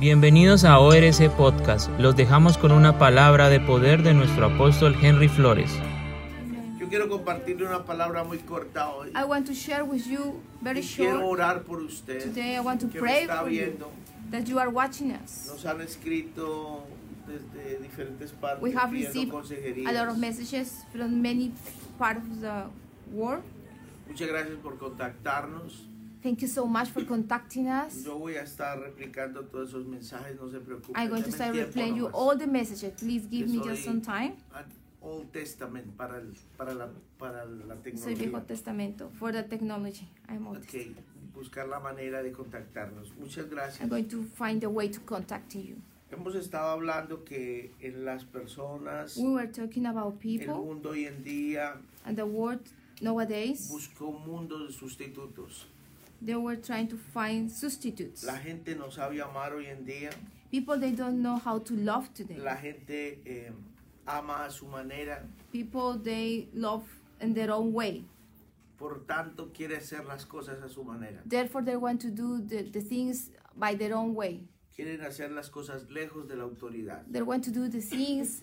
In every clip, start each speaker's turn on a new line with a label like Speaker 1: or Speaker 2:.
Speaker 1: Bienvenidos a ORC Podcast. Los dejamos con una palabra de poder de nuestro apóstol Henry Flores.
Speaker 2: Yo quiero compartirle una palabra muy corta hoy.
Speaker 3: I want to share with you very
Speaker 2: Y quiero eh,
Speaker 3: short
Speaker 2: orar por usted
Speaker 3: today. I want to
Speaker 2: que me
Speaker 3: pray
Speaker 2: está
Speaker 3: for you
Speaker 2: viendo.
Speaker 3: that you are watching us.
Speaker 2: Nos han escrito desde diferentes partes
Speaker 3: We have
Speaker 2: pidiendo
Speaker 3: received a lot of
Speaker 2: consejería.
Speaker 3: messages from many parts of the world.
Speaker 2: Muchas gracias por contactarnos.
Speaker 3: Thank you so much for contacting us.
Speaker 2: Yo voy a estar replicando todos esos mensajes, no se preocupen.
Speaker 3: I'm going to
Speaker 2: denme
Speaker 3: start
Speaker 2: tiempo
Speaker 3: replaying you
Speaker 2: nomás.
Speaker 3: all the messages. Please give me
Speaker 2: Yo
Speaker 3: just
Speaker 2: soy
Speaker 3: some time.
Speaker 2: an Old Testament para, el- para, la, para la
Speaker 3: Soy
Speaker 2: tecnología.
Speaker 3: Viejo Testamento for the technology. I'm old.
Speaker 2: Ok, buscar la manera de contactarnos. Muchas gracias.
Speaker 3: I'm going to find a way to contact you.
Speaker 2: Hemos estado hablando que en las personas,
Speaker 3: We were talking about
Speaker 2: el
Speaker 3: people
Speaker 2: mundo hoy en día
Speaker 3: and the world nowadays.
Speaker 2: buscó un mundo de sustitutos.
Speaker 3: They were trying to find substitutes.
Speaker 2: La gente no sabe amar hoy en día,
Speaker 3: People they don't know how to love today.
Speaker 2: la gente eh, ama a su manera,
Speaker 3: People they love in their own way.
Speaker 2: por tanto quiere hacer las cosas a su manera.
Speaker 3: Therefore they want to do the, the things by their own way.
Speaker 2: Quieren hacer las cosas lejos de la autoridad.
Speaker 3: They want to do the things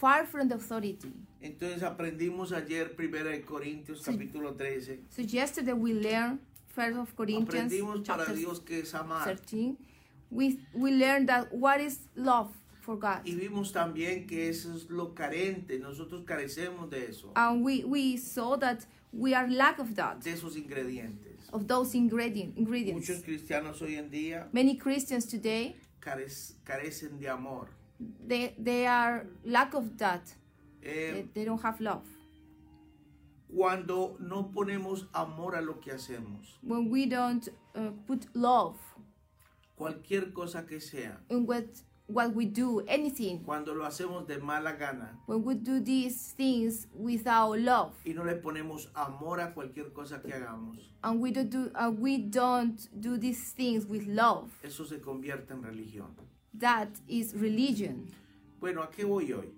Speaker 3: far from the authority.
Speaker 2: Entonces aprendimos ayer 1 Corintios
Speaker 3: Sí.
Speaker 2: capítulo 13.
Speaker 3: So yesterday we learned first of Corinthians
Speaker 2: Aprendimos para
Speaker 3: chapter
Speaker 2: Dios que es amar.
Speaker 3: 13. We we learned that what is love for God.
Speaker 2: Y vimos también que eso es lo carente. Nosotros carecemos de eso,
Speaker 3: And we, we saw that we are lack of that,
Speaker 2: de esos ingredientes.
Speaker 3: of those ingredient ingredients.
Speaker 2: Muchos cristianos hoy en día
Speaker 3: Many Christians today
Speaker 2: carec- carecen de amor.
Speaker 3: they they are lack of that
Speaker 2: Eh,
Speaker 3: they, they don't have love
Speaker 2: cuando no ponemos amor a lo que hacemos,
Speaker 3: when we don't uh, put love
Speaker 2: cualquier cosa que sea,
Speaker 3: in what what we do anything
Speaker 2: cuando lo hacemos de mala gana
Speaker 3: when we do these things without love
Speaker 2: y no le ponemos amor a cualquier cosa que hagamos,
Speaker 3: and we don't do uh, we don't do these things with love
Speaker 2: eso se convierte en religión.
Speaker 3: that is religion
Speaker 2: Bueno, ¿a qué voy hoy?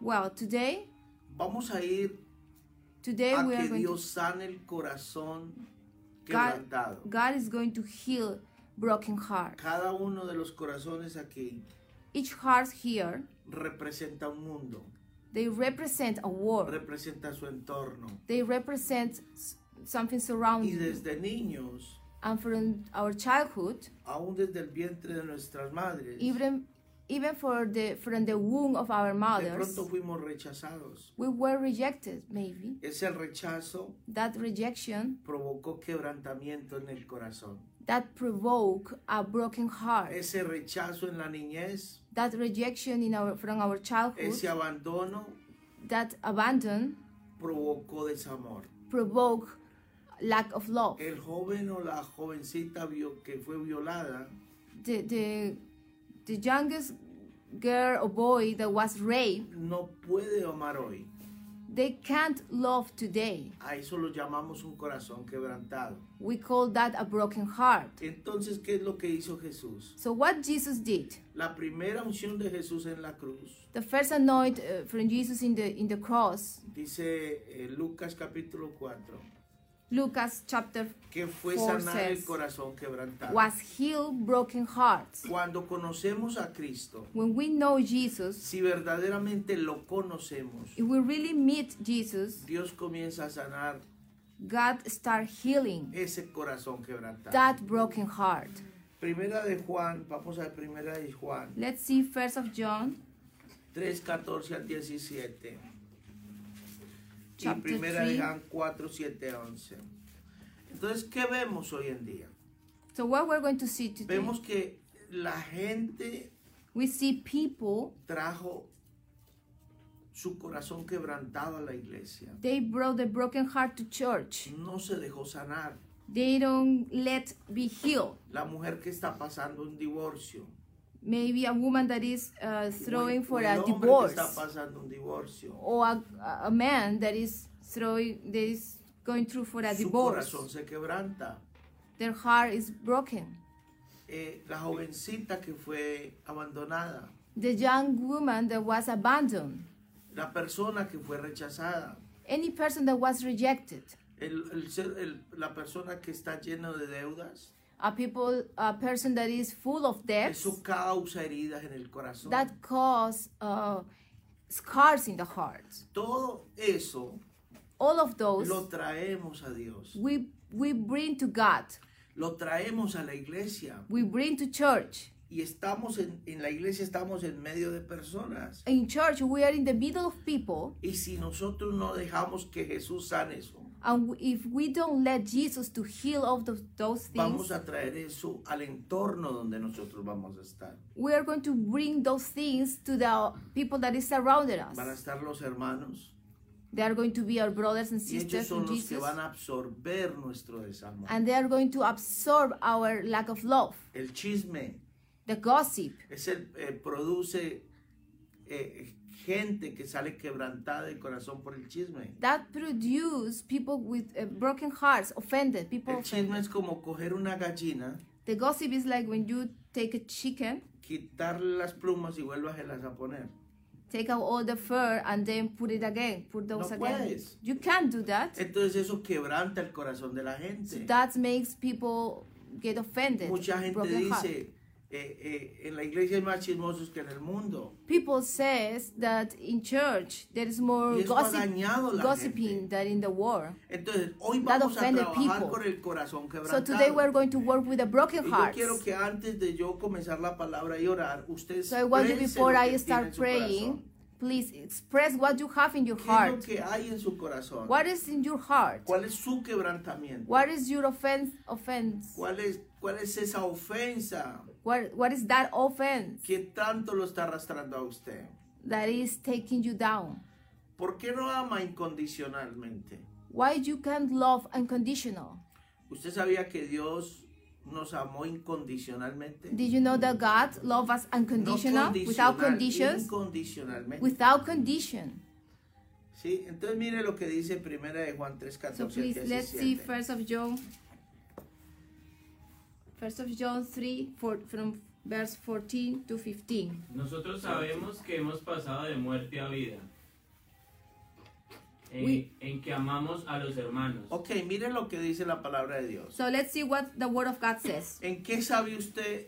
Speaker 3: well today
Speaker 2: Vamos a ir
Speaker 3: today
Speaker 2: Eh, a
Speaker 3: we are
Speaker 2: que
Speaker 3: going to,
Speaker 2: Dios sane el corazón
Speaker 3: God,
Speaker 2: quebrantado.
Speaker 3: God is going to heal broken heart
Speaker 2: Cada uno de los corazones aquí
Speaker 3: each heart here
Speaker 2: representa un mundo,
Speaker 3: they represent a world
Speaker 2: representa su entorno.
Speaker 3: they represent s- something
Speaker 2: Y
Speaker 3: surrounding you.
Speaker 2: desde niños,
Speaker 3: and from our childhood,
Speaker 2: aún desde el vientre de nuestras madres,
Speaker 3: even even for the from the womb of our
Speaker 2: de
Speaker 3: mothers,
Speaker 2: pronto fuimos rechazados.
Speaker 3: we were rejected. Maybe
Speaker 2: Ese rechazo
Speaker 3: that rejection
Speaker 2: provocó quebrantamiento en el corazón.
Speaker 3: that provoke a broken heart,
Speaker 2: Ese rechazo en la niñez,
Speaker 3: that rejection in our from our childhood,
Speaker 2: ese abandono
Speaker 3: that abandon
Speaker 2: provocó desamor.
Speaker 3: provoke lack of love.
Speaker 2: El joven o la jovencita vio que fue violada
Speaker 3: The the the youngest girl or boy that was raped,
Speaker 2: no puede amar hoy.
Speaker 3: they can't love today.
Speaker 2: A eso lo llamamos un corazón quebrantado.
Speaker 3: We call that a broken heart.
Speaker 2: Entonces, ¿qué es lo que hizo Jesús?
Speaker 3: So what Jesus did,
Speaker 2: La primera unción de Jesús en la cruz,
Speaker 3: the first anoint uh, from Jesus in the in the cross,
Speaker 2: dice eh, Lucas capítulo 4,
Speaker 3: Lucas chapter
Speaker 2: que fue
Speaker 3: Four
Speaker 2: sanar el
Speaker 3: says,
Speaker 2: corazón quebrantado.
Speaker 3: was heal broken hearts.
Speaker 2: Cuando conocemos a Cristo,
Speaker 3: When we know Jesus,
Speaker 2: si verdaderamente lo conocemos,
Speaker 3: if we really meet Jesus,
Speaker 2: Dios comienza a sanar
Speaker 3: God start healing
Speaker 2: ese corazón quebrantado.
Speaker 3: that broken heart.
Speaker 2: Primera de Juan, vamos a primera de Juan,
Speaker 3: Let's see first of John
Speaker 2: 3, 14 al 17. Y
Speaker 3: Chapter
Speaker 2: primera de
Speaker 3: three.
Speaker 2: Juan 4, 7 a 11. Entonces, ¿qué vemos hoy en día?
Speaker 3: So what we're going to see today,
Speaker 2: Vemos que la gente
Speaker 3: we see people
Speaker 2: trajo su corazón quebrantado a la iglesia.
Speaker 3: they brought the broken heart to church.
Speaker 2: No se dejó sanar.
Speaker 3: They don't let be healed.
Speaker 2: La mujer que está pasando un divorcio.
Speaker 3: Maybe a woman that is uh, throwing
Speaker 2: Un-
Speaker 3: for
Speaker 2: un
Speaker 3: a
Speaker 2: hombre
Speaker 3: divorce.
Speaker 2: Que está pasando un divorcio.
Speaker 3: or a, a man that is throwing that is going through for a
Speaker 2: Su
Speaker 3: divorce
Speaker 2: corazón se quebranta.
Speaker 3: their heart is broken
Speaker 2: Eh, la jovencita que fue abandonada.
Speaker 3: the young woman that was abandoned
Speaker 2: La persona que fue rechazada.
Speaker 3: any person that was rejected
Speaker 2: El- el ser- el- la persona que está llena de deudas.
Speaker 3: a people, a person that is full of debts
Speaker 2: Eso causa heridas en el corazón.
Speaker 3: that cause uh, scars in the heart.
Speaker 2: Todo eso
Speaker 3: All of those
Speaker 2: lo traemos a Dios.
Speaker 3: we we bring to God,
Speaker 2: Lo traemos a la iglesia.
Speaker 3: we bring to church.
Speaker 2: Y estamos en, en la iglesia, estamos en medio de personas.
Speaker 3: In church, we are in the middle of people,
Speaker 2: Y si nosotros no dejamos que Jesús sane eso,
Speaker 3: and w- if we don't let Jesus to heal all of those
Speaker 2: vamos
Speaker 3: things,
Speaker 2: a traer eso al entorno donde nosotros vamos a estar.
Speaker 3: we are going to bring those things to the people that is surrounded
Speaker 2: Van a
Speaker 3: us.
Speaker 2: estar los hermanos.
Speaker 3: They are going to be our brothers and
Speaker 2: Y ellos
Speaker 3: sisters
Speaker 2: son
Speaker 3: in
Speaker 2: los que
Speaker 3: Jesus,
Speaker 2: van a absorber nuestro desamor.
Speaker 3: and they are going to absorb our lack of love,
Speaker 2: El chisme
Speaker 3: the gossip.
Speaker 2: es el, eh, produce eh, gente que sale quebrantada de corazón por el chisme.
Speaker 3: that produce people with uh, broken hearts, offended people.
Speaker 2: El
Speaker 3: Offended.
Speaker 2: chisme es como coger una gallina,
Speaker 3: The gossip is like when you take a chicken,
Speaker 2: quitarle las plumas y vuélvaselas a poner.
Speaker 3: take out all the fur, and then put it again, put those
Speaker 2: No
Speaker 3: again.
Speaker 2: puedes.
Speaker 3: You can't do that.
Speaker 2: Entonces eso quebranta el corazón de la
Speaker 3: So
Speaker 2: gente.
Speaker 3: that makes people get offended.
Speaker 2: Eh. Mucha gente
Speaker 3: broken heart.
Speaker 2: dice, eh, eh, en la iglesia hay más chismosos que en el mundo.
Speaker 3: People says that in church there is
Speaker 2: Y
Speaker 3: more
Speaker 2: eso ha
Speaker 3: gossip,
Speaker 2: dañado a la
Speaker 3: gossiping
Speaker 2: gente.
Speaker 3: than in the war.
Speaker 2: Entonces hoy
Speaker 3: That
Speaker 2: vamos a
Speaker 3: offended
Speaker 2: trabajar
Speaker 3: people.
Speaker 2: con el corazón
Speaker 3: So
Speaker 2: quebrantado.
Speaker 3: today we're going to work with the broken
Speaker 2: Y yo
Speaker 3: hearts.
Speaker 2: quiero que antes de yo comenzar la palabra y orar, ustedes
Speaker 3: So I want you
Speaker 2: expresen
Speaker 3: before
Speaker 2: lo
Speaker 3: I
Speaker 2: que tiene en
Speaker 3: start
Speaker 2: su
Speaker 3: praying,
Speaker 2: corazón.
Speaker 3: please express what you have in your
Speaker 2: ¿Qué
Speaker 3: heart.
Speaker 2: es lo que hay en su corazón?
Speaker 3: What is in your heart?
Speaker 2: ¿Cuál es su quebrantamiento?
Speaker 3: What is your offense? Offense.
Speaker 2: ¿Cuál es, ¿Cuál es esa ofensa
Speaker 3: What What is that offense
Speaker 2: que tanto lo está arrastrando a usted?
Speaker 3: that is taking you down?
Speaker 2: ¿Por qué no ama incondicionalmente?
Speaker 3: Why you can't love unconditional?
Speaker 2: ¿Usted sabía que Dios nos amó incondicionalmente?
Speaker 3: Did you know that God loves us
Speaker 2: No
Speaker 3: unconditional,
Speaker 2: condicional,
Speaker 3: without conditions,
Speaker 2: Incondicionalmente.
Speaker 3: without condition?
Speaker 2: Sí, entonces mire lo que dice primera de Juan 3, 14
Speaker 3: So please let's see
Speaker 2: 17.
Speaker 3: First of John. First of John three four, from verse fourteen to fifteen.
Speaker 4: Nosotros sabemos que hemos pasado de muerte a vida, en,
Speaker 3: Oui.
Speaker 4: en que amamos a los hermanos.
Speaker 2: Ok, mire lo que dice la palabra de Dios.
Speaker 3: So let's see what the Word of God says.
Speaker 2: ¿En qué sabe usted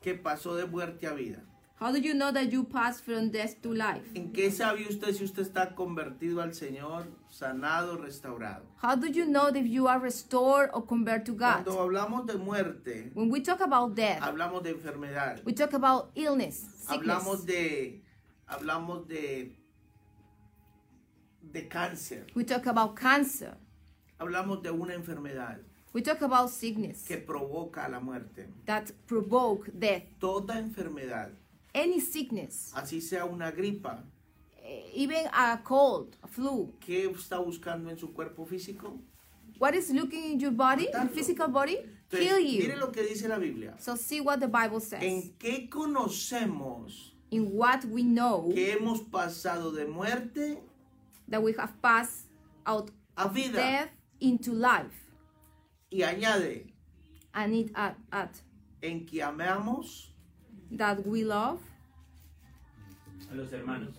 Speaker 2: que pasó de muerte a vida?
Speaker 3: How do you know that you passed from death to life?
Speaker 2: ¿En qué sabe usted si usted está convertido al Señor, sanado, restaurado?
Speaker 3: How do you know if you are restored or converted to God?
Speaker 2: Cuando hablamos de muerte,
Speaker 3: When we talk about death,
Speaker 2: hablamos de enfermedad,
Speaker 3: we talk about illness,
Speaker 2: hablamos
Speaker 3: sickness.
Speaker 2: de hablamos de de cáncer,
Speaker 3: We talk about cancer.
Speaker 2: hablamos de una enfermedad
Speaker 3: We talk about sickness
Speaker 2: que provoca la muerte.
Speaker 3: that provoke death.
Speaker 2: Toda enfermedad,
Speaker 3: Any sickness,
Speaker 2: así sea una gripa,
Speaker 3: eh, even a cold, a flu.
Speaker 2: ¿qué está buscando en su cuerpo físico?
Speaker 3: What is looking in your body, your
Speaker 2: Matarlo.
Speaker 3: physical body,
Speaker 2: Entonces,
Speaker 3: kill
Speaker 2: Mire
Speaker 3: you.
Speaker 2: lo que dice la Biblia.
Speaker 3: So see what the Bible says.
Speaker 2: ¿En qué conocemos
Speaker 3: In what we know
Speaker 2: que hemos pasado de muerte
Speaker 3: that we have passed out
Speaker 2: a vida?
Speaker 3: death into life,
Speaker 2: Y añade,
Speaker 3: and it at, at
Speaker 2: en que amamos
Speaker 3: that we love
Speaker 4: A los hermanos.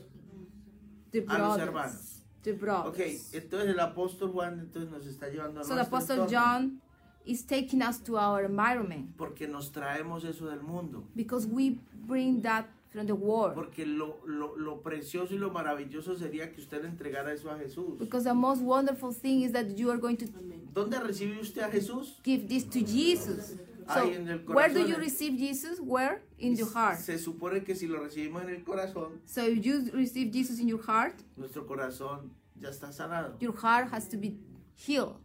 Speaker 3: the
Speaker 2: A los
Speaker 3: brothers.
Speaker 2: hermanos.
Speaker 3: The
Speaker 2: Ok,
Speaker 3: brothers.
Speaker 2: entonces el apóstol Juan entonces nos está llevando a
Speaker 3: So the
Speaker 2: nuestro
Speaker 3: Apostle
Speaker 2: entorno,
Speaker 3: John is taking us to our environment
Speaker 2: porque nos traemos eso del mundo,
Speaker 3: because we bring that from the world.
Speaker 2: porque lo, lo- lo precioso y lo maravilloso sería que usted le entregara eso a Jesús.
Speaker 3: Because the most wonderful thing is that you are going to
Speaker 2: ¿Dónde recibe usted a Jesús?
Speaker 3: give this to Jesus. So
Speaker 2: Ahí en el
Speaker 3: where do
Speaker 2: corazón.
Speaker 3: you receive Jesus? Where? In your heart.
Speaker 2: Se supone que si lo recibimos en el corazón,
Speaker 3: So if you receive Jesus in your heart,
Speaker 2: nuestro corazón ya está sanado.
Speaker 3: your heart has to be healed.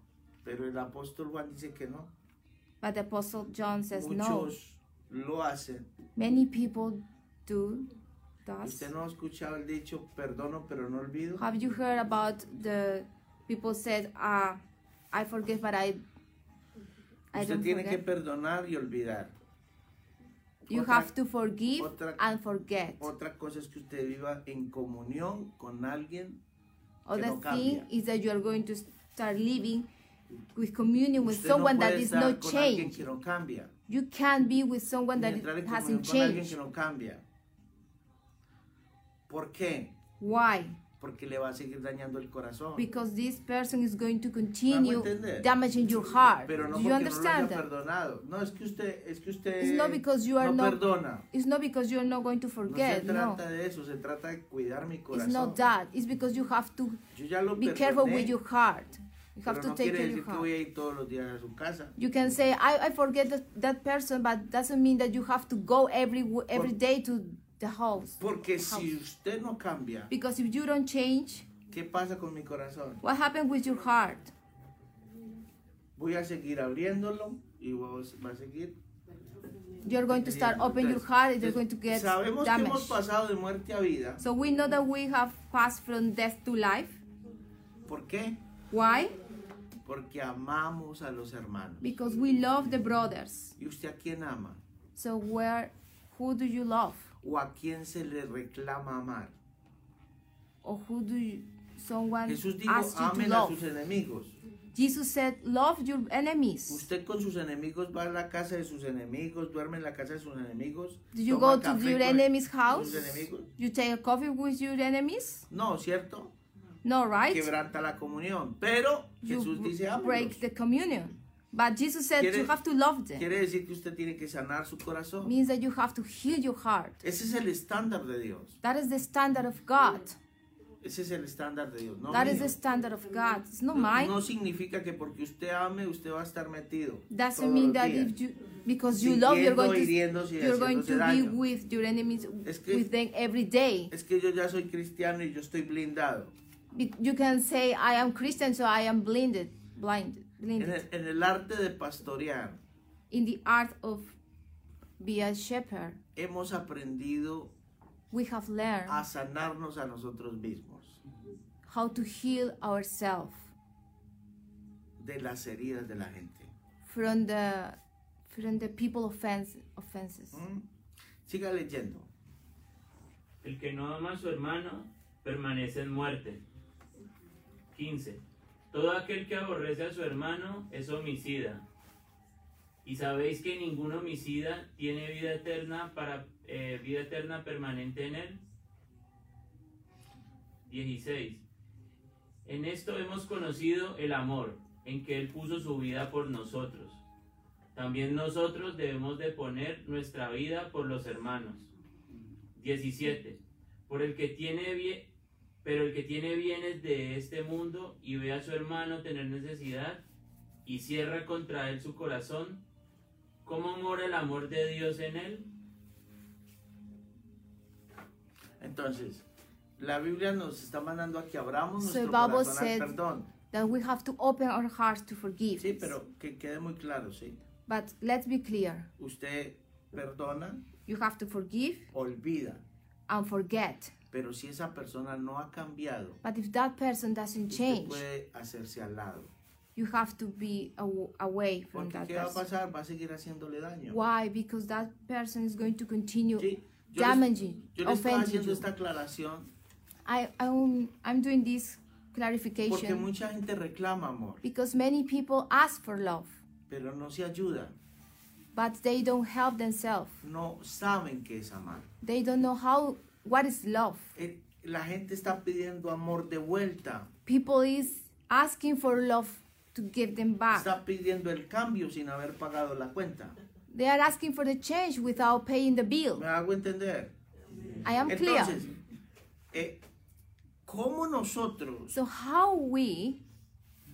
Speaker 2: Pero el apóstol Juan dice que no.
Speaker 3: But the Apostle John says no.
Speaker 2: Muchos lo hacen.
Speaker 3: Many people do that.
Speaker 2: Usted no ha escuchado el dicho, perdono pero no olvido.
Speaker 3: Have you heard about the people said, uh, I forgive, but I, I
Speaker 2: Usted
Speaker 3: don't
Speaker 2: tiene que
Speaker 3: forget.
Speaker 2: perdonar y olvidar.
Speaker 3: You
Speaker 2: otra-
Speaker 3: have to forgive
Speaker 2: otra-
Speaker 3: and forget.
Speaker 2: Otra cosa es que usted viva en comunión con alguien.
Speaker 3: Other
Speaker 2: no
Speaker 3: thing
Speaker 2: cambia.
Speaker 3: is that you are going to start living with communion with
Speaker 2: Usted
Speaker 3: someone
Speaker 2: no
Speaker 3: that
Speaker 2: puede
Speaker 3: is
Speaker 2: estar
Speaker 3: not
Speaker 2: con alguien
Speaker 3: changed.
Speaker 2: que no cambia.
Speaker 3: You can't be with someone
Speaker 2: Ni
Speaker 3: that
Speaker 2: entrar en comunión
Speaker 3: hasn't
Speaker 2: con alguien
Speaker 3: changed.
Speaker 2: que no cambia. ¿Por qué?
Speaker 3: Why?
Speaker 2: porque le va a seguir dañando el corazón.
Speaker 3: because this person is going to continue
Speaker 2: entender.
Speaker 3: damaging your heart.
Speaker 2: Pero no porque
Speaker 3: Do you
Speaker 2: no
Speaker 3: understand
Speaker 2: lo haya
Speaker 3: that?
Speaker 2: perdonado. No, es que usted, es que usted
Speaker 3: It's not because you are
Speaker 2: no
Speaker 3: not-
Speaker 2: perdona.
Speaker 3: It's not because you're not going to
Speaker 2: No se
Speaker 3: forget. No,
Speaker 2: trata de eso, se trata de cuidar mi
Speaker 3: it's
Speaker 2: corazón.
Speaker 3: not that. It's because you have to
Speaker 2: Yo ya lo
Speaker 3: be
Speaker 2: perdoné,
Speaker 3: careful with your heart. You have
Speaker 2: pero
Speaker 3: to
Speaker 2: no
Speaker 3: take
Speaker 2: quiere
Speaker 3: care of
Speaker 2: decir
Speaker 3: your
Speaker 2: que voy
Speaker 3: heart.
Speaker 2: a ir todos los días a su casa.
Speaker 3: You can say, I, I forget that, that person, but doesn't mean that you have to go every, w- every day to the house.
Speaker 2: Porque si usted no cambia,
Speaker 3: Because if you don't change,
Speaker 2: ¿qué pasa con mi corazón?
Speaker 3: what happened with your heart?
Speaker 2: Voy a seguir abriéndolo y vos- va a seguir.
Speaker 3: You're going to start open your heart and you're going to get
Speaker 2: Sabemos que hemos
Speaker 3: damaged.
Speaker 2: pasado de muerte a vida.
Speaker 3: So we know that we have passed from death to life.
Speaker 2: ¿Por qué?
Speaker 3: Why?
Speaker 2: Porque amamos a los hermanos.
Speaker 3: Because we love the brothers.
Speaker 2: ¿Y usted a quién ama?
Speaker 3: So where who do you love?
Speaker 2: ¿O a quién se le reclama amar?
Speaker 3: Or who do you, someone
Speaker 2: Jesús dijo,
Speaker 3: asks you to
Speaker 2: amen a
Speaker 3: love?
Speaker 2: sus enemigos.
Speaker 3: Jesus said, love your enemies.
Speaker 2: Usted con sus enemigos va a la casa de sus enemigos, duerme en la casa de sus enemigos.
Speaker 3: Do you
Speaker 2: toma
Speaker 3: go to
Speaker 2: café
Speaker 3: your
Speaker 2: con
Speaker 3: enemy's
Speaker 2: sus
Speaker 3: house?
Speaker 2: enemigos.
Speaker 3: You take a coffee with your enemies?
Speaker 2: No, ¿cierto?
Speaker 3: No, right?
Speaker 2: Quebranta la comunión. Pero Jesús
Speaker 3: You
Speaker 2: dice, ámalos.
Speaker 3: break the communion. But Jesus said
Speaker 2: Quiere-
Speaker 3: you have to love them.
Speaker 2: Quiere decir que usted tiene que sanar su corazón.
Speaker 3: Means that you have to heal your heart.
Speaker 2: Ese es el estándar de Dios.
Speaker 3: That is the standard of God.
Speaker 2: Ese es el estándar de Dios. No
Speaker 3: That
Speaker 2: mío.
Speaker 3: is the standard of God. It's not
Speaker 2: no,
Speaker 3: mine.
Speaker 2: no significa que porque usted ame, usted va a estar metido.
Speaker 3: Doesn't
Speaker 2: todos
Speaker 3: mean
Speaker 2: los
Speaker 3: that
Speaker 2: días.
Speaker 3: if you because you love you're
Speaker 2: Sintiendo,
Speaker 3: going to
Speaker 2: hiriéndose y
Speaker 3: you're going to
Speaker 2: haciéndose
Speaker 3: be
Speaker 2: daño.
Speaker 3: with your enemies
Speaker 2: Es que-
Speaker 3: with them every day.
Speaker 2: Es que yo ya soy cristiano y yo estoy blindado.
Speaker 3: Be- You can say I am Christian so I am blinded, blinded,
Speaker 2: En
Speaker 3: blinded
Speaker 2: el, en el arte de pastorear,
Speaker 3: in the art of be a shepherd.
Speaker 2: hemos aprendido
Speaker 3: We have learned
Speaker 2: a sanarnos a nosotros mismos
Speaker 3: how to heal ourselves
Speaker 2: de las heridas de la gente.
Speaker 3: from the from the people offense offenses.
Speaker 2: ¿Mm? Siga leyendo.
Speaker 4: El que no ama a su hermano permanece en muerte. 15. Todo aquel que aborrece a su hermano es homicida. Y sabéis que ningún homicida tiene vida eterna para eh, vida eterna permanente en él. 16. En esto hemos conocido el amor en que él puso su vida por nosotros. También nosotros debemos de poner nuestra vida por los hermanos. 17. Por el que tiene bien, pero el que tiene bienes de este mundo y ve a su hermano tener necesidad y cierra contra él su corazón, ¿cómo mora el amor de Dios en él?
Speaker 2: Entonces, la Biblia nos está mandando a que abramos
Speaker 3: So
Speaker 2: nuestro
Speaker 3: Bible
Speaker 2: corazón al
Speaker 3: said-
Speaker 2: perdón.
Speaker 3: That we have to open our hearts to forgive.
Speaker 2: Sí, pero que quede muy claro, ¿sí?
Speaker 3: But let's be clear.
Speaker 2: Usted perdona,
Speaker 3: You have to forgive
Speaker 2: olvida,
Speaker 3: and forget.
Speaker 2: pero si esa persona no ha cambiado,
Speaker 3: But if that person doesn't
Speaker 2: usted
Speaker 3: change,
Speaker 2: puede hacerse al lado.
Speaker 3: you have to be aw- away from
Speaker 2: Porque
Speaker 3: that
Speaker 2: ¿qué va a
Speaker 3: person.
Speaker 2: pasar? Va a seguir haciéndole daño.
Speaker 3: Why? Because that person is going to continue
Speaker 2: Sí, yo les-
Speaker 3: damaging,
Speaker 2: Yo le estaba
Speaker 3: offending
Speaker 2: haciendo
Speaker 3: you.
Speaker 2: esta aclaración
Speaker 3: I, I'm, I'm doing this
Speaker 2: porque
Speaker 3: clarification
Speaker 2: mucha gente reclama amor,
Speaker 3: because many people ask for love,
Speaker 2: pero no se ayuda,
Speaker 3: but they don't help themselves.
Speaker 2: no saben qué es amar.
Speaker 3: They don't know how what is love.
Speaker 2: El- La gente está pidiendo amor de vuelta,
Speaker 3: People is asking for love to give them back.
Speaker 2: está pidiendo el cambio sin haber pagado la cuenta.
Speaker 3: They are asking for the change without paying the bill.
Speaker 2: ¿Me hago entender?
Speaker 3: I am clear.
Speaker 2: Entonces, eh, ¿cómo nosotros
Speaker 3: So how we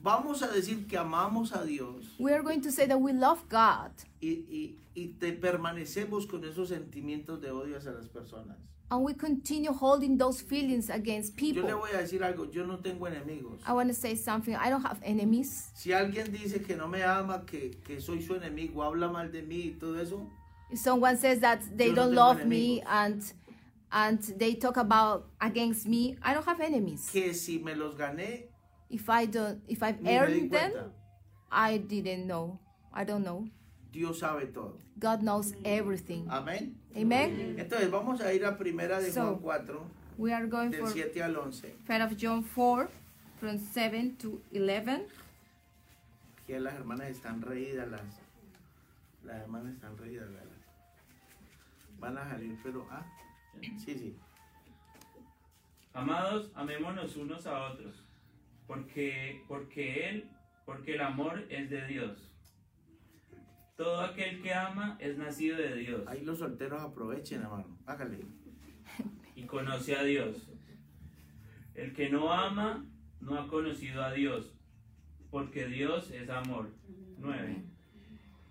Speaker 2: vamos a decir que amamos a Dios
Speaker 3: we are going to say that we love God
Speaker 2: y, y- y te permanecemos con esos sentimientos de odio hacia las personas?
Speaker 3: and we continue holding those feelings against
Speaker 2: Yo le
Speaker 3: people.
Speaker 2: voy a decir algo, yo no tengo enemigos.
Speaker 3: I want to say something. I don't have enemies.
Speaker 2: Si alguien dice que no me ama, que, que soy su enemigo, habla mal de mí y todo eso,
Speaker 3: If someone says that they
Speaker 2: Yo no
Speaker 3: don't
Speaker 2: tengo
Speaker 3: love me
Speaker 2: enemigos.
Speaker 3: and and they talk about against me, I don't have enemies.
Speaker 2: que si me los gané,
Speaker 3: If I don't if I've
Speaker 2: ni me di
Speaker 3: earned
Speaker 2: cuenta.
Speaker 3: them, I didn't know. I don't know.
Speaker 2: Dios sabe todo.
Speaker 3: God knows everything.
Speaker 2: Amén.
Speaker 3: Amen.
Speaker 2: Entonces vamos a ir a primera de Juan
Speaker 3: So,
Speaker 2: 4,
Speaker 3: We are going
Speaker 2: del
Speaker 3: for
Speaker 2: 7 al 11,
Speaker 3: 1 of John 4 from 7 to 11.
Speaker 2: que las hermanas están reídas, las, las hermanas están reídas. las- las- van a salir, pero... Ah, sí, sí.
Speaker 4: Amados, amémonos unos a otros, porque, porque Él, porque el amor es de Dios. Todo aquel que ama es nacido de Dios
Speaker 2: Ahí los solteros aprovechen, hermano. Hágale.
Speaker 4: y conoce a Dios. El que no ama no ha conocido a Dios, porque Dios es amor. 9.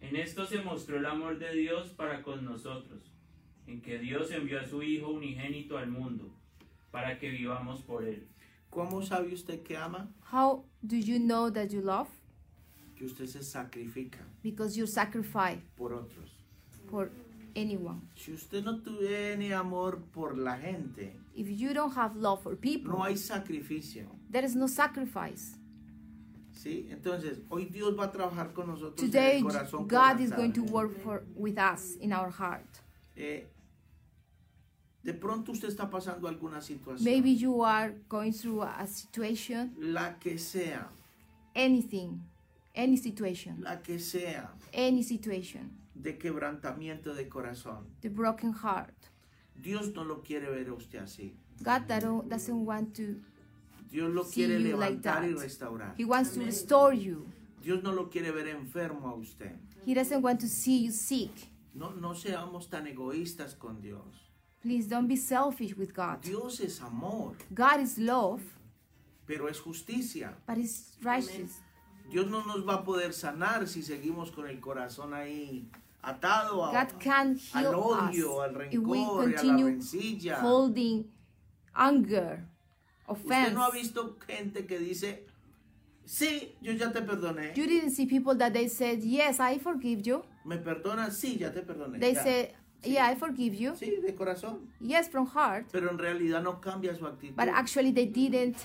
Speaker 4: En esto se mostró el amor de Dios para con nosotros, en que Dios envió a su Hijo unigénito al mundo, para que vivamos por Él.
Speaker 2: ¿Cómo sabe usted que ama?
Speaker 3: How do you know that you love?
Speaker 2: Que usted se sacrifica
Speaker 3: Because you sacrifice
Speaker 2: por otros.
Speaker 3: for anyone.
Speaker 2: Si usted no tiene amor por la gente,
Speaker 3: If you don't have love for people,
Speaker 2: no hay sacrificio.
Speaker 3: there is no sacrifice.
Speaker 2: ¿sí? Entonces, hoy Dios va a trabajar con nosotros en
Speaker 3: Today,
Speaker 2: el corazón.
Speaker 3: God is
Speaker 2: quebrantado.
Speaker 3: going to work for, with us in our heart.
Speaker 2: Eh, de pronto usted está pasando alguna situación,
Speaker 3: Maybe you are going through a situation,
Speaker 2: la que sea,
Speaker 3: anything, any situation,
Speaker 2: la que sea,
Speaker 3: any situation,
Speaker 2: de quebrantamiento de corazón.
Speaker 3: the broken heart.
Speaker 2: Dios no lo quiere ver a usted así.
Speaker 3: God that don't- doesn't want to,
Speaker 2: Dios lo
Speaker 3: See
Speaker 2: quiere
Speaker 3: you
Speaker 2: levantar
Speaker 3: like
Speaker 2: y
Speaker 3: that.
Speaker 2: restaurar.
Speaker 3: He wants to restore you.
Speaker 2: Dios no lo quiere ver enfermo a usted.
Speaker 3: He doesn't want to see you sick.
Speaker 2: No, no seamos tan egoístas con Dios.
Speaker 3: Please don't be selfish with God.
Speaker 2: Dios es amor,
Speaker 3: God is love,
Speaker 2: pero es justicia.
Speaker 3: but He's righteous.
Speaker 2: Dios no nos va a poder sanar si seguimos con el corazón ahí atado a,
Speaker 3: God can
Speaker 2: al
Speaker 3: heal us
Speaker 2: odio, al
Speaker 3: if
Speaker 2: rencor,
Speaker 3: we
Speaker 2: y a la
Speaker 3: continue
Speaker 2: rencilla.
Speaker 3: holding anger,
Speaker 2: Usted
Speaker 3: offense.
Speaker 2: no ha visto gente que dice, sí, yo ya te perdoné.
Speaker 3: You didn't see people that they said, Yes, I forgive you.
Speaker 2: ¿Me perdonas? Sí, ya te perdoné.
Speaker 3: They
Speaker 2: ya".
Speaker 3: say, Yeah, I forgive you.
Speaker 2: sí, de corazón.
Speaker 3: Yes, from heart.
Speaker 2: Pero en realidad no cambia su actitud.
Speaker 3: But actually, they didn't,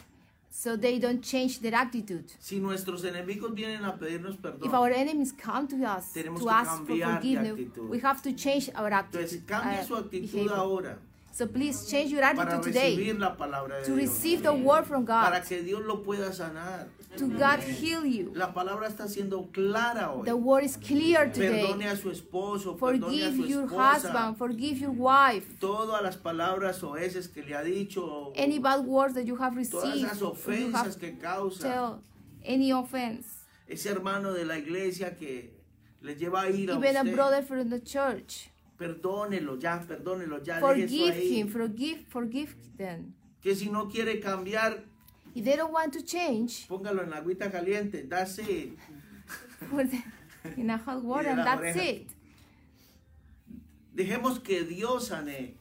Speaker 3: so they don't change their attitude.
Speaker 2: si nuestros enemigos vienen a pedirnos perdón,
Speaker 3: If our enemies come to us
Speaker 2: Tenemos
Speaker 3: to
Speaker 2: que
Speaker 3: ask for
Speaker 2: cambiar de
Speaker 3: forgiveness,
Speaker 2: actitud.
Speaker 3: we have to change our
Speaker 2: entonces
Speaker 3: acti-
Speaker 2: cambie
Speaker 3: uh,
Speaker 2: su actitud
Speaker 3: behavior.
Speaker 2: ahora
Speaker 3: So please change your
Speaker 2: para
Speaker 3: attitude today
Speaker 2: recibir la palabra de
Speaker 3: to
Speaker 2: Dios.
Speaker 3: receive the word from
Speaker 2: Para
Speaker 3: God,
Speaker 2: que Dios lo pueda sanar.
Speaker 3: to God heal you.
Speaker 2: La palabra está siendo clara hoy.
Speaker 3: The word is clear
Speaker 2: Perdone
Speaker 3: today.
Speaker 2: a su esposo, perdone a
Speaker 3: Forgive
Speaker 2: su
Speaker 3: your
Speaker 2: esposa.
Speaker 3: husband, forgive your wife,
Speaker 2: Todas las palabras o heces que le ha dicho,
Speaker 3: any bad words that you have
Speaker 2: todas
Speaker 3: received,
Speaker 2: esas
Speaker 3: or you
Speaker 2: ofensas
Speaker 3: have
Speaker 2: que causa.
Speaker 3: tell any offense,
Speaker 2: Ese hermano de la iglesia que le lleva a ir a
Speaker 3: even a
Speaker 2: usted.
Speaker 3: brother from the church.
Speaker 2: Perdónelo ya, perdónelo ya. deje eso
Speaker 3: Forgive
Speaker 2: ahí.
Speaker 3: him, forgive, forgive them.
Speaker 2: Que si no quiere cambiar,
Speaker 3: If they don't want to change,
Speaker 2: póngalo en la agüita caliente. Dase,
Speaker 3: put them in a hot water, and
Speaker 2: la
Speaker 3: that's
Speaker 2: oreja.
Speaker 3: it.
Speaker 2: dejemos que Dios sane.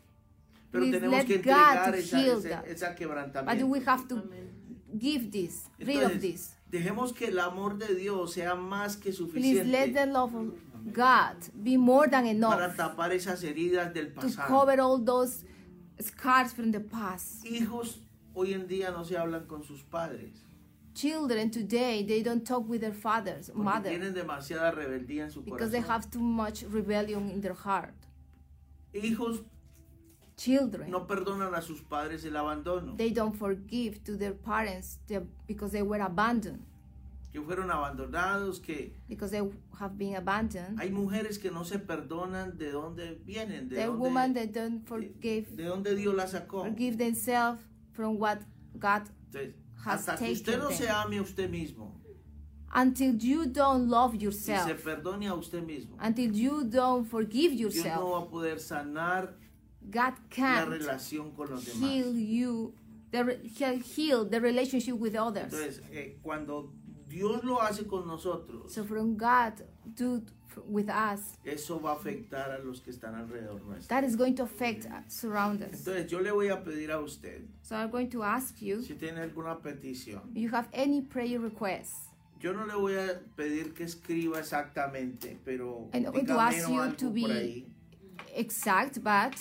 Speaker 2: Pero
Speaker 3: Please
Speaker 2: tenemos
Speaker 3: let
Speaker 2: que
Speaker 3: God
Speaker 2: entregar esa,
Speaker 3: heal
Speaker 2: ese-
Speaker 3: that.
Speaker 2: esa
Speaker 3: But
Speaker 2: quebrantamiento.
Speaker 3: we have to give this, rid
Speaker 2: Entonces,
Speaker 3: of this.
Speaker 2: Dejemos que el amor de Dios sea más que
Speaker 3: Please let
Speaker 2: suficiente
Speaker 3: the love of God be more than
Speaker 2: para
Speaker 3: enough
Speaker 2: tapar esas heridas del
Speaker 3: to
Speaker 2: pasado.
Speaker 3: cover all those scars from the past.
Speaker 2: Hijos hoy en día no se hablan con sus padres
Speaker 3: Children today, they don't talk with their fathers,
Speaker 2: porque
Speaker 3: mother,
Speaker 2: tienen demasiada rebeldía en su
Speaker 3: because they
Speaker 2: corazón.
Speaker 3: have too much rebellion in their heart.
Speaker 2: Hijos
Speaker 3: Children,
Speaker 2: no perdonan a sus padres el abandono,
Speaker 3: they don't forgive to their parents the- because they were abandoned,
Speaker 2: que fueron abandonados, que
Speaker 3: because they have been abandoned.
Speaker 2: hay mujeres que no se perdonan de dónde vienen, de
Speaker 3: The woman
Speaker 2: dónde,
Speaker 3: that don't forgive,
Speaker 2: de dónde Dios la sacó.
Speaker 3: forgive themselves from what God
Speaker 2: Entonces,
Speaker 3: has
Speaker 2: hasta que usted
Speaker 3: taken
Speaker 2: no se
Speaker 3: them.
Speaker 2: ame a usted mismo
Speaker 3: until you don't love
Speaker 2: y se
Speaker 3: yourself,
Speaker 2: perdone a usted mismo,
Speaker 3: until you don't forgive
Speaker 2: Dios no
Speaker 3: yourself,
Speaker 2: va a poder sanar
Speaker 3: God
Speaker 2: la
Speaker 3: can't
Speaker 2: relación con los demás.
Speaker 3: heal you. The re- he'll heal the relationship with others.
Speaker 2: Entonces, eh, cuando Dios lo hace con nosotros,
Speaker 3: So from God do t- f- with us,
Speaker 2: eso va a afectar a los que están alrededor nuestro.
Speaker 3: that is going to affect uh, surround us.
Speaker 2: Entonces, yo le voy a pedir a usted,
Speaker 3: So I'm going to ask you,
Speaker 2: si tiene alguna petición,
Speaker 3: you have any prayer requests?
Speaker 2: yo no le voy a pedir que escriba exactamente, pero
Speaker 3: And I'm going to
Speaker 2: dígame
Speaker 3: ask you
Speaker 2: algo
Speaker 3: to be-
Speaker 2: por ahí,
Speaker 3: Exact, but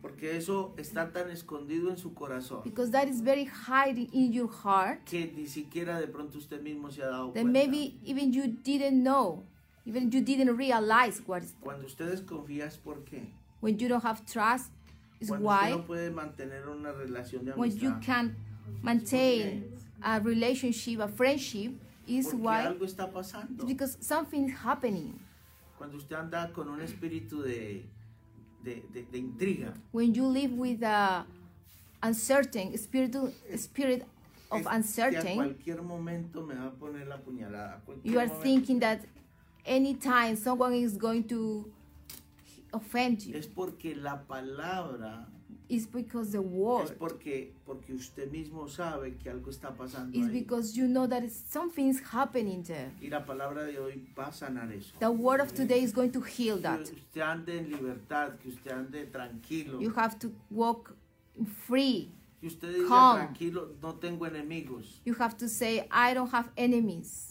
Speaker 2: porque eso está tan escondido en su corazón
Speaker 3: because that is very hiding in your heart,
Speaker 2: que ni siquiera de pronto usted mismo se ha dado
Speaker 3: then
Speaker 2: cuenta.
Speaker 3: maybe even you didn't know, even you didn't realize what is
Speaker 2: Cuando usted desconfía es por qué.
Speaker 3: when you don't have trust is
Speaker 2: Cuando
Speaker 3: why
Speaker 2: usted no puede mantener una relación de
Speaker 3: when you
Speaker 2: amistad.
Speaker 3: can maintain a relationship a friendship is
Speaker 2: Porque
Speaker 3: why
Speaker 2: algo está pasando.
Speaker 3: it's because something is happening
Speaker 2: Cuando usted anda con un espíritu de, de, de- de intriga,
Speaker 3: when you live with a uncertain, spiritual, spirit of
Speaker 2: Es que a
Speaker 3: uncertain,
Speaker 2: cualquier momento me va a poner la puñalada. a cualquier
Speaker 3: you are
Speaker 2: momento.
Speaker 3: thinking that anytime someone is going to offend you,
Speaker 2: Es porque la palabra,
Speaker 3: it's because the
Speaker 2: es
Speaker 3: word,
Speaker 2: porque, porque usted mismo sabe que algo está pasando.
Speaker 3: it's
Speaker 2: ahí.
Speaker 3: because you know that something is happening there.
Speaker 2: Y la palabra de hoy va a sanar eso.
Speaker 3: The word of today is going to heal that.
Speaker 2: Que usted ande en libertad, que usted ande tranquilo.
Speaker 3: You have to walk free.
Speaker 2: que usted diga
Speaker 3: Calm.
Speaker 2: tranquilo, no tengo enemigos.
Speaker 3: You have to say, I don't have enemies.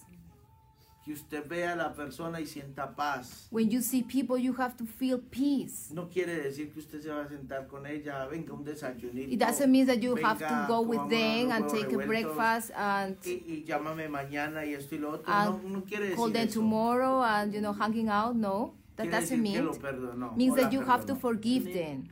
Speaker 2: Que usted vea a la persona y sienta paz.
Speaker 3: When you see people, you have to feel peace.
Speaker 2: No quiere decir que usted se va a sentar con ella, venga un desayunito.
Speaker 3: It doesn't mean that you have to
Speaker 2: venga,
Speaker 3: go with
Speaker 2: comámonos unos
Speaker 3: them and
Speaker 2: huevos
Speaker 3: take a
Speaker 2: revueltos,
Speaker 3: breakfast and
Speaker 2: Y, y llámame mañana y esto y lo otro. No,
Speaker 3: and
Speaker 2: no quiere decir
Speaker 3: call them
Speaker 2: eso.
Speaker 3: tomorrow and you know hanging out. No, that
Speaker 2: Quiere
Speaker 3: doesn't
Speaker 2: decir que
Speaker 3: mean.
Speaker 2: lo perdonó,
Speaker 3: Means
Speaker 2: o la
Speaker 3: that you have to
Speaker 2: perdonó,
Speaker 3: forgive them,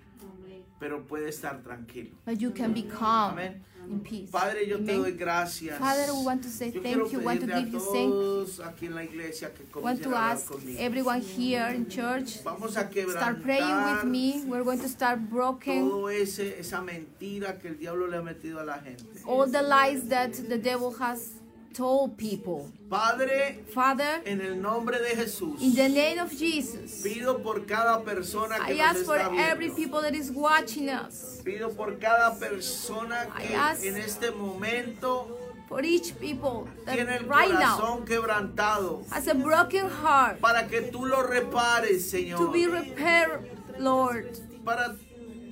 Speaker 2: Pero puede estar tranquilo.
Speaker 3: but you can be calm
Speaker 2: Amén.
Speaker 3: in peace.
Speaker 2: Padre, yo te
Speaker 3: Amen.
Speaker 2: doy gracias.
Speaker 3: Father, we want to say
Speaker 2: yo
Speaker 3: thank
Speaker 2: quiero
Speaker 3: you, want to
Speaker 2: pedirle a
Speaker 3: give you thanks.
Speaker 2: todos aquí en la iglesia que
Speaker 3: Want
Speaker 2: comiencen
Speaker 3: to
Speaker 2: a hablar
Speaker 3: ask
Speaker 2: conmigo.
Speaker 3: everyone here in church
Speaker 2: Vamos a quebrantar
Speaker 3: start praying with me. We're going to start broken
Speaker 2: todo ese esa mentira que el diablo le ha metido a la gente.
Speaker 3: all the lies that the devil has told people.
Speaker 2: Padre,
Speaker 3: Father,
Speaker 2: en el nombre de Jesús,
Speaker 3: in the name of Jesus,
Speaker 2: pido por cada persona que
Speaker 3: I
Speaker 2: nos
Speaker 3: ask for
Speaker 2: está viendo.
Speaker 3: every people that is watching us,
Speaker 2: Pido por cada persona que
Speaker 3: I ask-
Speaker 2: en este momento
Speaker 3: for each people
Speaker 2: tiene
Speaker 3: that
Speaker 2: el
Speaker 3: right now
Speaker 2: corazón quebrantado,
Speaker 3: has a broken heart
Speaker 2: para que tú lo repares,
Speaker 3: to
Speaker 2: Señor.
Speaker 3: be repaired, Lord,
Speaker 2: Para,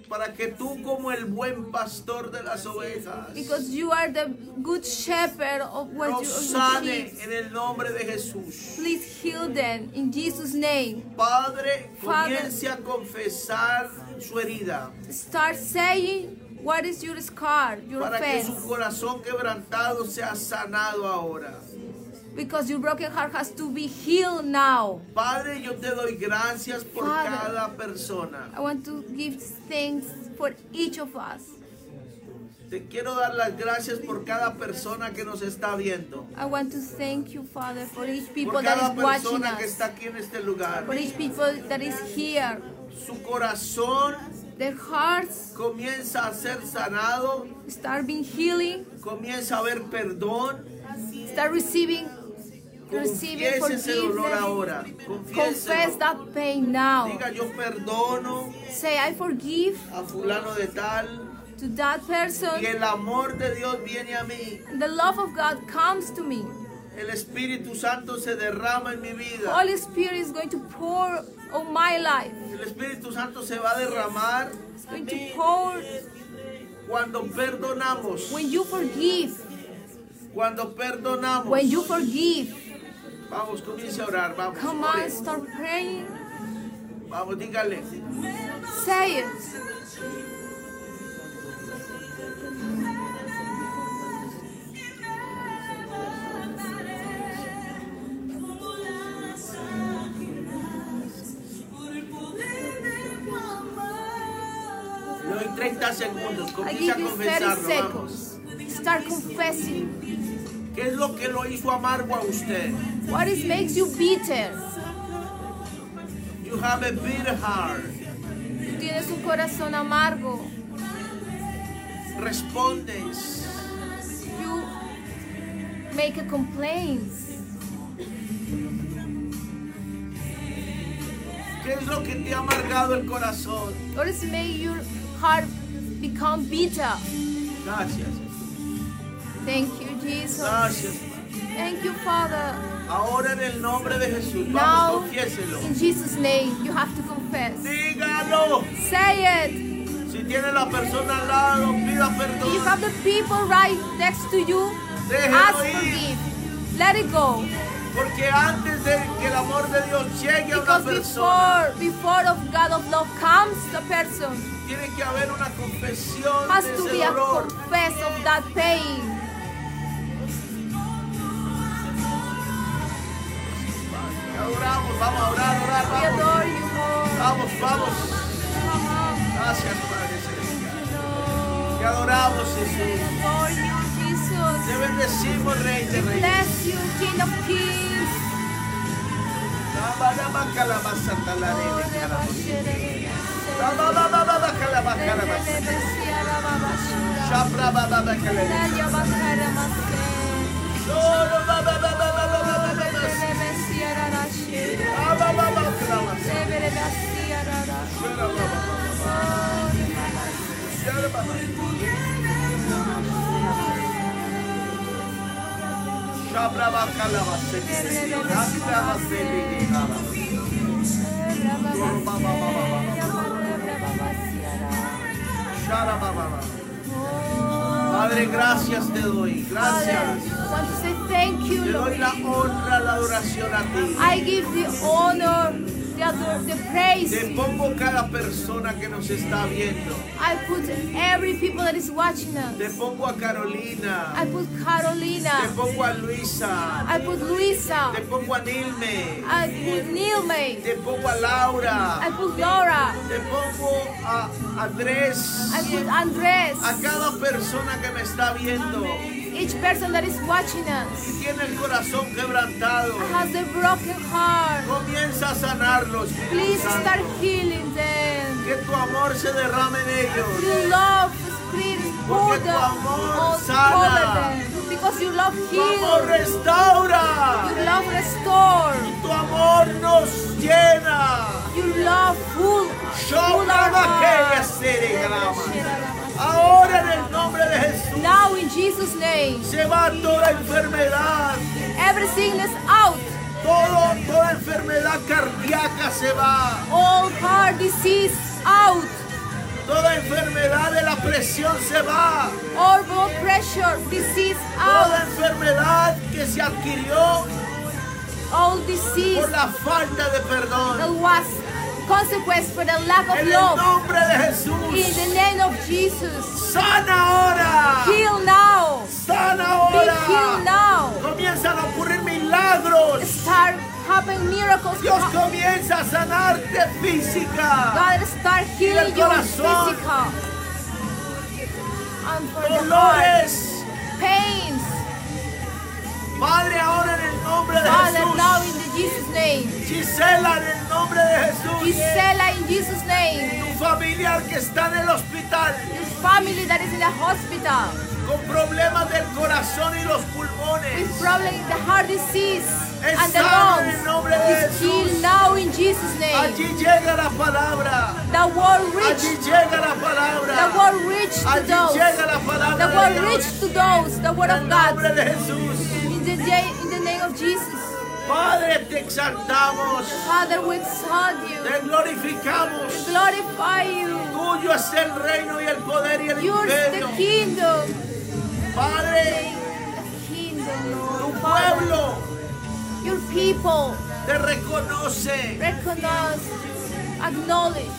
Speaker 2: para que tú como el buen pastor de las ovejas
Speaker 3: because you are the good shepherd of what
Speaker 2: nos
Speaker 3: you
Speaker 2: sane
Speaker 3: receive.
Speaker 2: en el nombre de Jesús.
Speaker 3: Please heal them in Jesus' name.
Speaker 2: Padre,
Speaker 3: Father.
Speaker 2: comience a confesar su herida
Speaker 3: Start saying what is your scar, your
Speaker 2: para que
Speaker 3: offense.
Speaker 2: su corazón quebrantado sea sanado ahora.
Speaker 3: because your broken heart has to be healed now.
Speaker 2: Padre, yo te doy gracias por
Speaker 3: Father.
Speaker 2: cada persona.
Speaker 3: I want to give thanks for each of us.
Speaker 2: Te quiero dar las gracias por cada persona que nos está viendo,
Speaker 3: I want to thank you, Father, for each people
Speaker 2: por
Speaker 3: that
Speaker 2: cada
Speaker 3: is watching
Speaker 2: persona que
Speaker 3: us,
Speaker 2: está aquí en este lugar.
Speaker 3: for each people that is here.
Speaker 2: Su corazón
Speaker 3: Their hearts
Speaker 2: comienza a ser sanado,
Speaker 3: start being healing,
Speaker 2: comienza a haber perdón.
Speaker 3: start receiving, receiving
Speaker 2: Confiese ese dolor
Speaker 3: forgiveness.
Speaker 2: ahora.
Speaker 3: Confess
Speaker 2: Confiéselo.
Speaker 3: that pain now.
Speaker 2: Diga yo perdono
Speaker 3: Say, I forgive
Speaker 2: a fulano de tal
Speaker 3: to that
Speaker 2: y
Speaker 3: person.
Speaker 2: el amor de Dios viene a mí.
Speaker 3: The love of God comes to me.
Speaker 2: El Espíritu Santo se derrama en mi vida.
Speaker 3: Holy Spirit is going to pour on my life.
Speaker 2: El Espíritu Santo se va a derramar
Speaker 3: It's going to pour
Speaker 2: cuando perdonamos.
Speaker 3: When you forgive,
Speaker 2: Cuando perdonamos.
Speaker 3: when you forgive,
Speaker 2: Vamos, comience a orar. Vamos,
Speaker 3: come on,
Speaker 2: ore.
Speaker 3: start praying.
Speaker 2: vamos, dígale.
Speaker 3: Say it.
Speaker 2: Le doy 30 segundos.
Speaker 3: I
Speaker 2: Comience a
Speaker 3: give you 30
Speaker 2: confesarlo. Vamos.
Speaker 3: seconds. Start confessing.
Speaker 2: ¿Qué es lo que lo hizo amargo a usted?
Speaker 3: What is makes you bitter?
Speaker 2: You have a bitter heart.
Speaker 3: Tú tienes un corazón amargo.
Speaker 2: Respondes.
Speaker 3: You make a complaint.
Speaker 2: ¿Qué es lo que te ha amargado el corazón?
Speaker 3: What is make your heart become bitter?
Speaker 2: Gracias.
Speaker 3: Thank you, Jesus.
Speaker 2: Gracias.
Speaker 3: Thank you, Father.
Speaker 2: Ahora en el nombre de Jesús,
Speaker 3: Now,
Speaker 2: vamos, confiéselo.
Speaker 3: in Jesus' name, you have to confess.
Speaker 2: Dígalo.
Speaker 3: Say it.
Speaker 2: Si tiene la persona al lado, pida
Speaker 3: If You
Speaker 2: perdón.
Speaker 3: have the people right next to you.
Speaker 2: Déjelo
Speaker 3: Ask
Speaker 2: ir.
Speaker 3: forgive. Let it go.
Speaker 2: Porque antes de que el amor de Dios llegue a una
Speaker 3: Because
Speaker 2: persona,
Speaker 3: before before of God of love comes the person
Speaker 2: tiene que haber una confesión
Speaker 3: has
Speaker 2: de
Speaker 3: to
Speaker 2: ese
Speaker 3: be a
Speaker 2: dolor.
Speaker 3: confess of that pain.
Speaker 2: Te adoramos, vamos a orar, orar,
Speaker 3: We
Speaker 2: vamos.
Speaker 3: adore you, Lord.
Speaker 2: Vamos, vamos.
Speaker 3: Come on.
Speaker 2: Gracias, Padre Celestial.
Speaker 3: Lord.
Speaker 2: Te adoramos,
Speaker 3: We
Speaker 2: Jesús.
Speaker 3: adore you,
Speaker 2: Te
Speaker 3: Jesus.
Speaker 2: bendecimos, Rey de Reyes.
Speaker 3: Bless you, King of Kings.
Speaker 2: Rabadaba, calabazata, la
Speaker 3: Lord,
Speaker 2: arena,
Speaker 3: ever
Speaker 2: calabazata.
Speaker 3: sharing.
Speaker 2: Rabadaba, calabazata, Shaprabababakaramas. Shaprabababakaramas. Sholobababababababababas. Abababakaramas. Sholobabababababababas. Sholobababababababas. Shaprabakaramas. Shaprabababababababas. Sharabababa. Padre, gracias te doy. Gracias.
Speaker 3: I want to say thank you,
Speaker 2: Te doy
Speaker 3: Lord.
Speaker 2: la honra, la adoración a ti.
Speaker 3: I give the honor, the, ador- the praise.
Speaker 2: Te pongo cada persona que nos está viendo.
Speaker 3: I put every people that is watching us.
Speaker 2: Te pongo a Carolina.
Speaker 3: I put
Speaker 2: Te
Speaker 3: Carolina.
Speaker 2: pongo a Luisa.
Speaker 3: I put
Speaker 2: Te
Speaker 3: Luisa.
Speaker 2: pongo a Nilme.
Speaker 3: I put Nilme.
Speaker 2: Te pongo a
Speaker 3: I
Speaker 2: Laura.
Speaker 3: put Laura.
Speaker 2: Te pongo a Andrés.
Speaker 3: I put Andres.
Speaker 2: A cada persona que me está viendo.
Speaker 3: Each person that is watching us
Speaker 2: Y tiene el corazón quebrantado.
Speaker 3: has a broken heart.
Speaker 2: Comienza a sanarlos.
Speaker 3: Please
Speaker 2: Santo.
Speaker 3: start healing them.
Speaker 2: Que tu amor se derrame en ellos.
Speaker 3: Your love, spirit, is poured
Speaker 2: tu
Speaker 3: out
Speaker 2: amor
Speaker 3: all
Speaker 2: sana.
Speaker 3: over them. Because your love
Speaker 2: Tu amor
Speaker 3: heals.
Speaker 2: restaura.
Speaker 3: Your love restores.
Speaker 2: Tu amor nos llena.
Speaker 3: Your love full.
Speaker 2: Yo
Speaker 3: full our
Speaker 2: aquella
Speaker 3: hearts.
Speaker 2: ceregrama. Ahora en el nombre de Jesús
Speaker 3: Now in Jesus' name,
Speaker 2: se va toda enfermedad.
Speaker 3: every sickness out.
Speaker 2: Todo, toda enfermedad cardíaca se va.
Speaker 3: All heart disease out.
Speaker 2: Toda enfermedad de la presión se va.
Speaker 3: All blood pressure disease
Speaker 2: Toda
Speaker 3: out.
Speaker 2: enfermedad que se adquirió
Speaker 3: All disease
Speaker 2: por la falta de perdón.
Speaker 3: that was consequence for the lack
Speaker 2: En
Speaker 3: of
Speaker 2: el
Speaker 3: love.
Speaker 2: nombre de
Speaker 3: In the
Speaker 2: Jesús.
Speaker 3: name of Jesus,
Speaker 2: Sana ahora.
Speaker 3: heal now.
Speaker 2: Sana
Speaker 3: Be healed
Speaker 2: ahora.
Speaker 3: now.
Speaker 2: Comienzan a ocurrir milagros.
Speaker 3: Start happening miracles.
Speaker 2: Dios
Speaker 3: God,
Speaker 2: comienza a sanarte física.
Speaker 3: start healing
Speaker 2: Y el
Speaker 3: your
Speaker 2: corazón.
Speaker 3: physical. And for the heart,
Speaker 2: Dolores.
Speaker 3: pains.
Speaker 2: Padre, ahora en el nombre de
Speaker 3: Father, now in
Speaker 2: Jesús.
Speaker 3: the Jesus name.
Speaker 2: Gisela, en el nombre de Jesús.
Speaker 3: Gisela in Jesus' name.
Speaker 2: Tu familiar que está en el hospital
Speaker 3: This family that is in the hospital
Speaker 2: con problemas del corazón y los
Speaker 3: with
Speaker 2: pulmones.
Speaker 3: problem in the heart disease
Speaker 2: Es
Speaker 3: and the
Speaker 2: sano en el nombre de
Speaker 3: lungs is
Speaker 2: Jesús.
Speaker 3: healed now in Jesus' name.
Speaker 2: Allí llega la palabra.
Speaker 3: The
Speaker 2: Allí
Speaker 3: word reached.
Speaker 2: llega la
Speaker 3: The
Speaker 2: palabra.
Speaker 3: word reached to
Speaker 2: Allí
Speaker 3: those.
Speaker 2: llega la
Speaker 3: The
Speaker 2: palabra de
Speaker 3: word
Speaker 2: Dios.
Speaker 3: reached to those. The word
Speaker 2: En el
Speaker 3: of
Speaker 2: nombre
Speaker 3: God.
Speaker 2: de Jesús.
Speaker 3: In the day, in the name of Jesus,
Speaker 2: Padre, te exaltamos,
Speaker 3: Father, we exalt you.
Speaker 2: te glorificamos.
Speaker 3: Glorify you.
Speaker 2: Tuyo es el reino y el poder y el
Speaker 3: Yours is the
Speaker 2: imperio.
Speaker 3: kingdom.
Speaker 2: Padre,
Speaker 3: The kingdom,
Speaker 2: tu
Speaker 3: Lord. Father,
Speaker 2: pueblo
Speaker 3: your people
Speaker 2: te reconoce.
Speaker 3: recognize, acknowledge.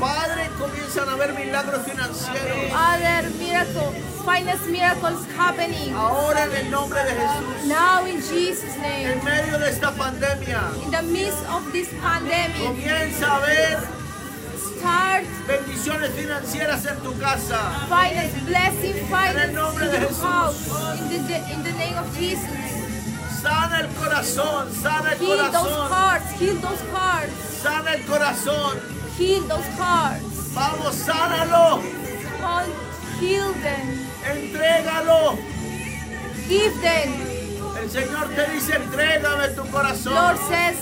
Speaker 2: Padre, comienzan a haber milagros financieros.
Speaker 3: other miracles, finest miracles happening
Speaker 2: Ahora en el nombre de Jesús,
Speaker 3: now in Jesus' name.
Speaker 2: en medio de esta pandemia,
Speaker 3: In the midst of this pandemic,
Speaker 2: comienza a haber
Speaker 3: start
Speaker 2: bendiciones financieras en tu casa.
Speaker 3: finest blessing,
Speaker 2: En el
Speaker 3: finest
Speaker 2: nombre
Speaker 3: in
Speaker 2: de
Speaker 3: your
Speaker 2: Jesús.
Speaker 3: house. In the, in the name of Jesus,
Speaker 2: Sana el corazón, sana el
Speaker 3: heal those
Speaker 2: corazón,
Speaker 3: hearts, heal those hearts,
Speaker 2: sana el corazón.
Speaker 3: heal those hearts.
Speaker 2: Vamos, sánalo,
Speaker 3: Oh, heal them,
Speaker 2: entrégalo.
Speaker 3: give them.
Speaker 2: El Señor te dice, entrégame tu corazón.
Speaker 3: Lord says,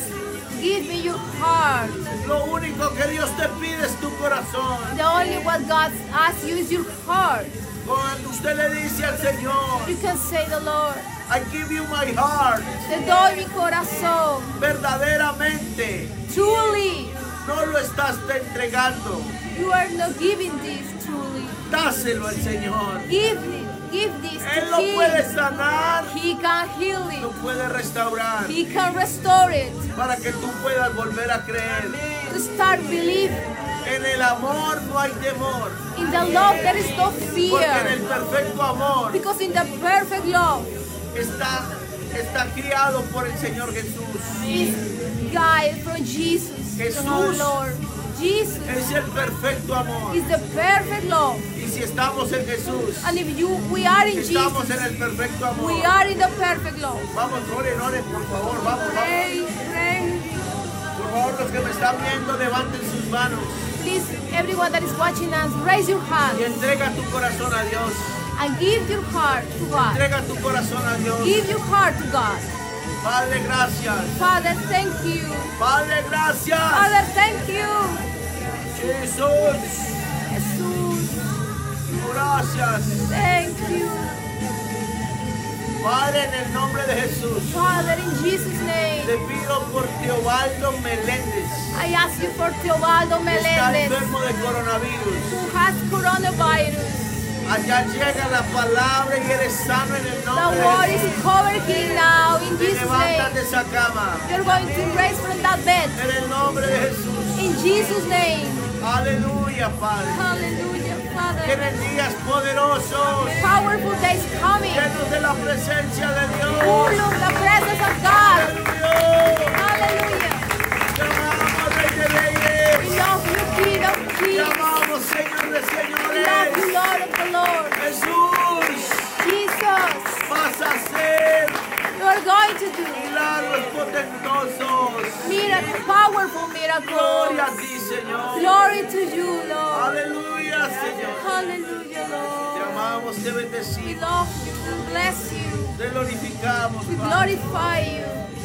Speaker 3: give me your heart.
Speaker 2: Lo único que Dios te pide es tu corazón.
Speaker 3: The only what God asks you is your heart.
Speaker 2: Cuando usted le dice al Señor,
Speaker 3: You can say the Lord.
Speaker 2: I give you my heart,
Speaker 3: Te doy mi corazón.
Speaker 2: verdaderamente
Speaker 3: Truly,
Speaker 2: no lo estás te entregando.
Speaker 3: you are not giving this truly.
Speaker 2: Dáselo al Señor.
Speaker 3: Give it. Give this
Speaker 2: Él
Speaker 3: to
Speaker 2: lo puede
Speaker 3: Him.
Speaker 2: sanar,
Speaker 3: He can heal
Speaker 2: lo
Speaker 3: it.
Speaker 2: puede restaurar,
Speaker 3: He can restore it.
Speaker 2: para que tú puedas volver a creer.
Speaker 3: To start believing
Speaker 2: En el amor no hay temor,
Speaker 3: in the love there is no
Speaker 2: porque en el
Speaker 3: fear.
Speaker 2: perfecto amor
Speaker 3: Because in the perfect love
Speaker 2: está, está criado por el Señor Jesús.
Speaker 3: is guide from Jesus, from our
Speaker 2: Jesús.
Speaker 3: Lord. Jesus
Speaker 2: Es el perfecto amor.
Speaker 3: is the perfect love.
Speaker 2: Y si estamos en Jesús,
Speaker 3: And if you we are in
Speaker 2: estamos
Speaker 3: Jesus,
Speaker 2: en el perfecto amor.
Speaker 3: we are in the perfect love.
Speaker 2: Vamos, oren, oren, por favor, vamos, vamos.
Speaker 3: Pray, pray.
Speaker 2: Por favor, los que me están viendo, levanten sus manos.
Speaker 3: this, everyone that is watching us, raise your
Speaker 2: Y
Speaker 3: hand
Speaker 2: entrega tu corazón a Dios.
Speaker 3: and give your heart to God.
Speaker 2: Entrega tu corazón a Dios.
Speaker 3: Give your heart to God.
Speaker 2: Padre, gracias.
Speaker 3: Father, thank you.
Speaker 2: Padre, gracias.
Speaker 3: Father, thank you.
Speaker 2: Jesús,
Speaker 3: Jesus,
Speaker 2: gracias.
Speaker 3: thank you.
Speaker 2: Padre, en el nombre de Jesús,
Speaker 3: Father, in Jesus'
Speaker 2: te
Speaker 3: name,
Speaker 2: pido por Teobaldo Meléndez.
Speaker 3: I ask you for Teobaldo
Speaker 2: que Está
Speaker 3: Melendez,
Speaker 2: enfermo de coronavirus.
Speaker 3: who has coronavirus.
Speaker 2: Allá llega la palabra y eres sano en el
Speaker 3: The
Speaker 2: nombre
Speaker 3: word
Speaker 2: de
Speaker 3: is
Speaker 2: Jesús.
Speaker 3: covered here now, in
Speaker 2: Te
Speaker 3: Jesus' name.
Speaker 2: levantas de esa cama.
Speaker 3: You're going to raise from that bed,
Speaker 2: En el nombre de Jesús.
Speaker 3: in Jesus' name.
Speaker 2: Aleluya, Padre.
Speaker 3: Hallelujah, Father.
Speaker 2: Tienes días poderosos.
Speaker 3: Powerful days coming.
Speaker 2: Llenos de la presencia de
Speaker 3: Full
Speaker 2: Dios.
Speaker 3: of the presence of God.
Speaker 2: Aleluya.
Speaker 3: Hallelujah.
Speaker 2: Llamamos Rey de
Speaker 3: We
Speaker 2: Reyes.
Speaker 3: love you, King of Kings.
Speaker 2: Llamamos Señor de
Speaker 3: We love you,
Speaker 2: Señores.
Speaker 3: Lord of the Lord.
Speaker 2: Jesús,
Speaker 3: Jesus,
Speaker 2: vas a hacer
Speaker 3: you are going to do
Speaker 2: milagros potentosos.
Speaker 3: miracle, powerful
Speaker 2: Gloria a
Speaker 3: miracles.
Speaker 2: ti, Señor.
Speaker 3: Glory to you, Lord.
Speaker 2: Aleluya, Señor.
Speaker 3: Hallelujah,
Speaker 2: Te
Speaker 3: Lord.
Speaker 2: amamos, te
Speaker 3: We
Speaker 2: bendecimos,
Speaker 3: love you, we bless you,
Speaker 2: te glorificamos,
Speaker 3: we
Speaker 2: Padre.
Speaker 3: glorify you.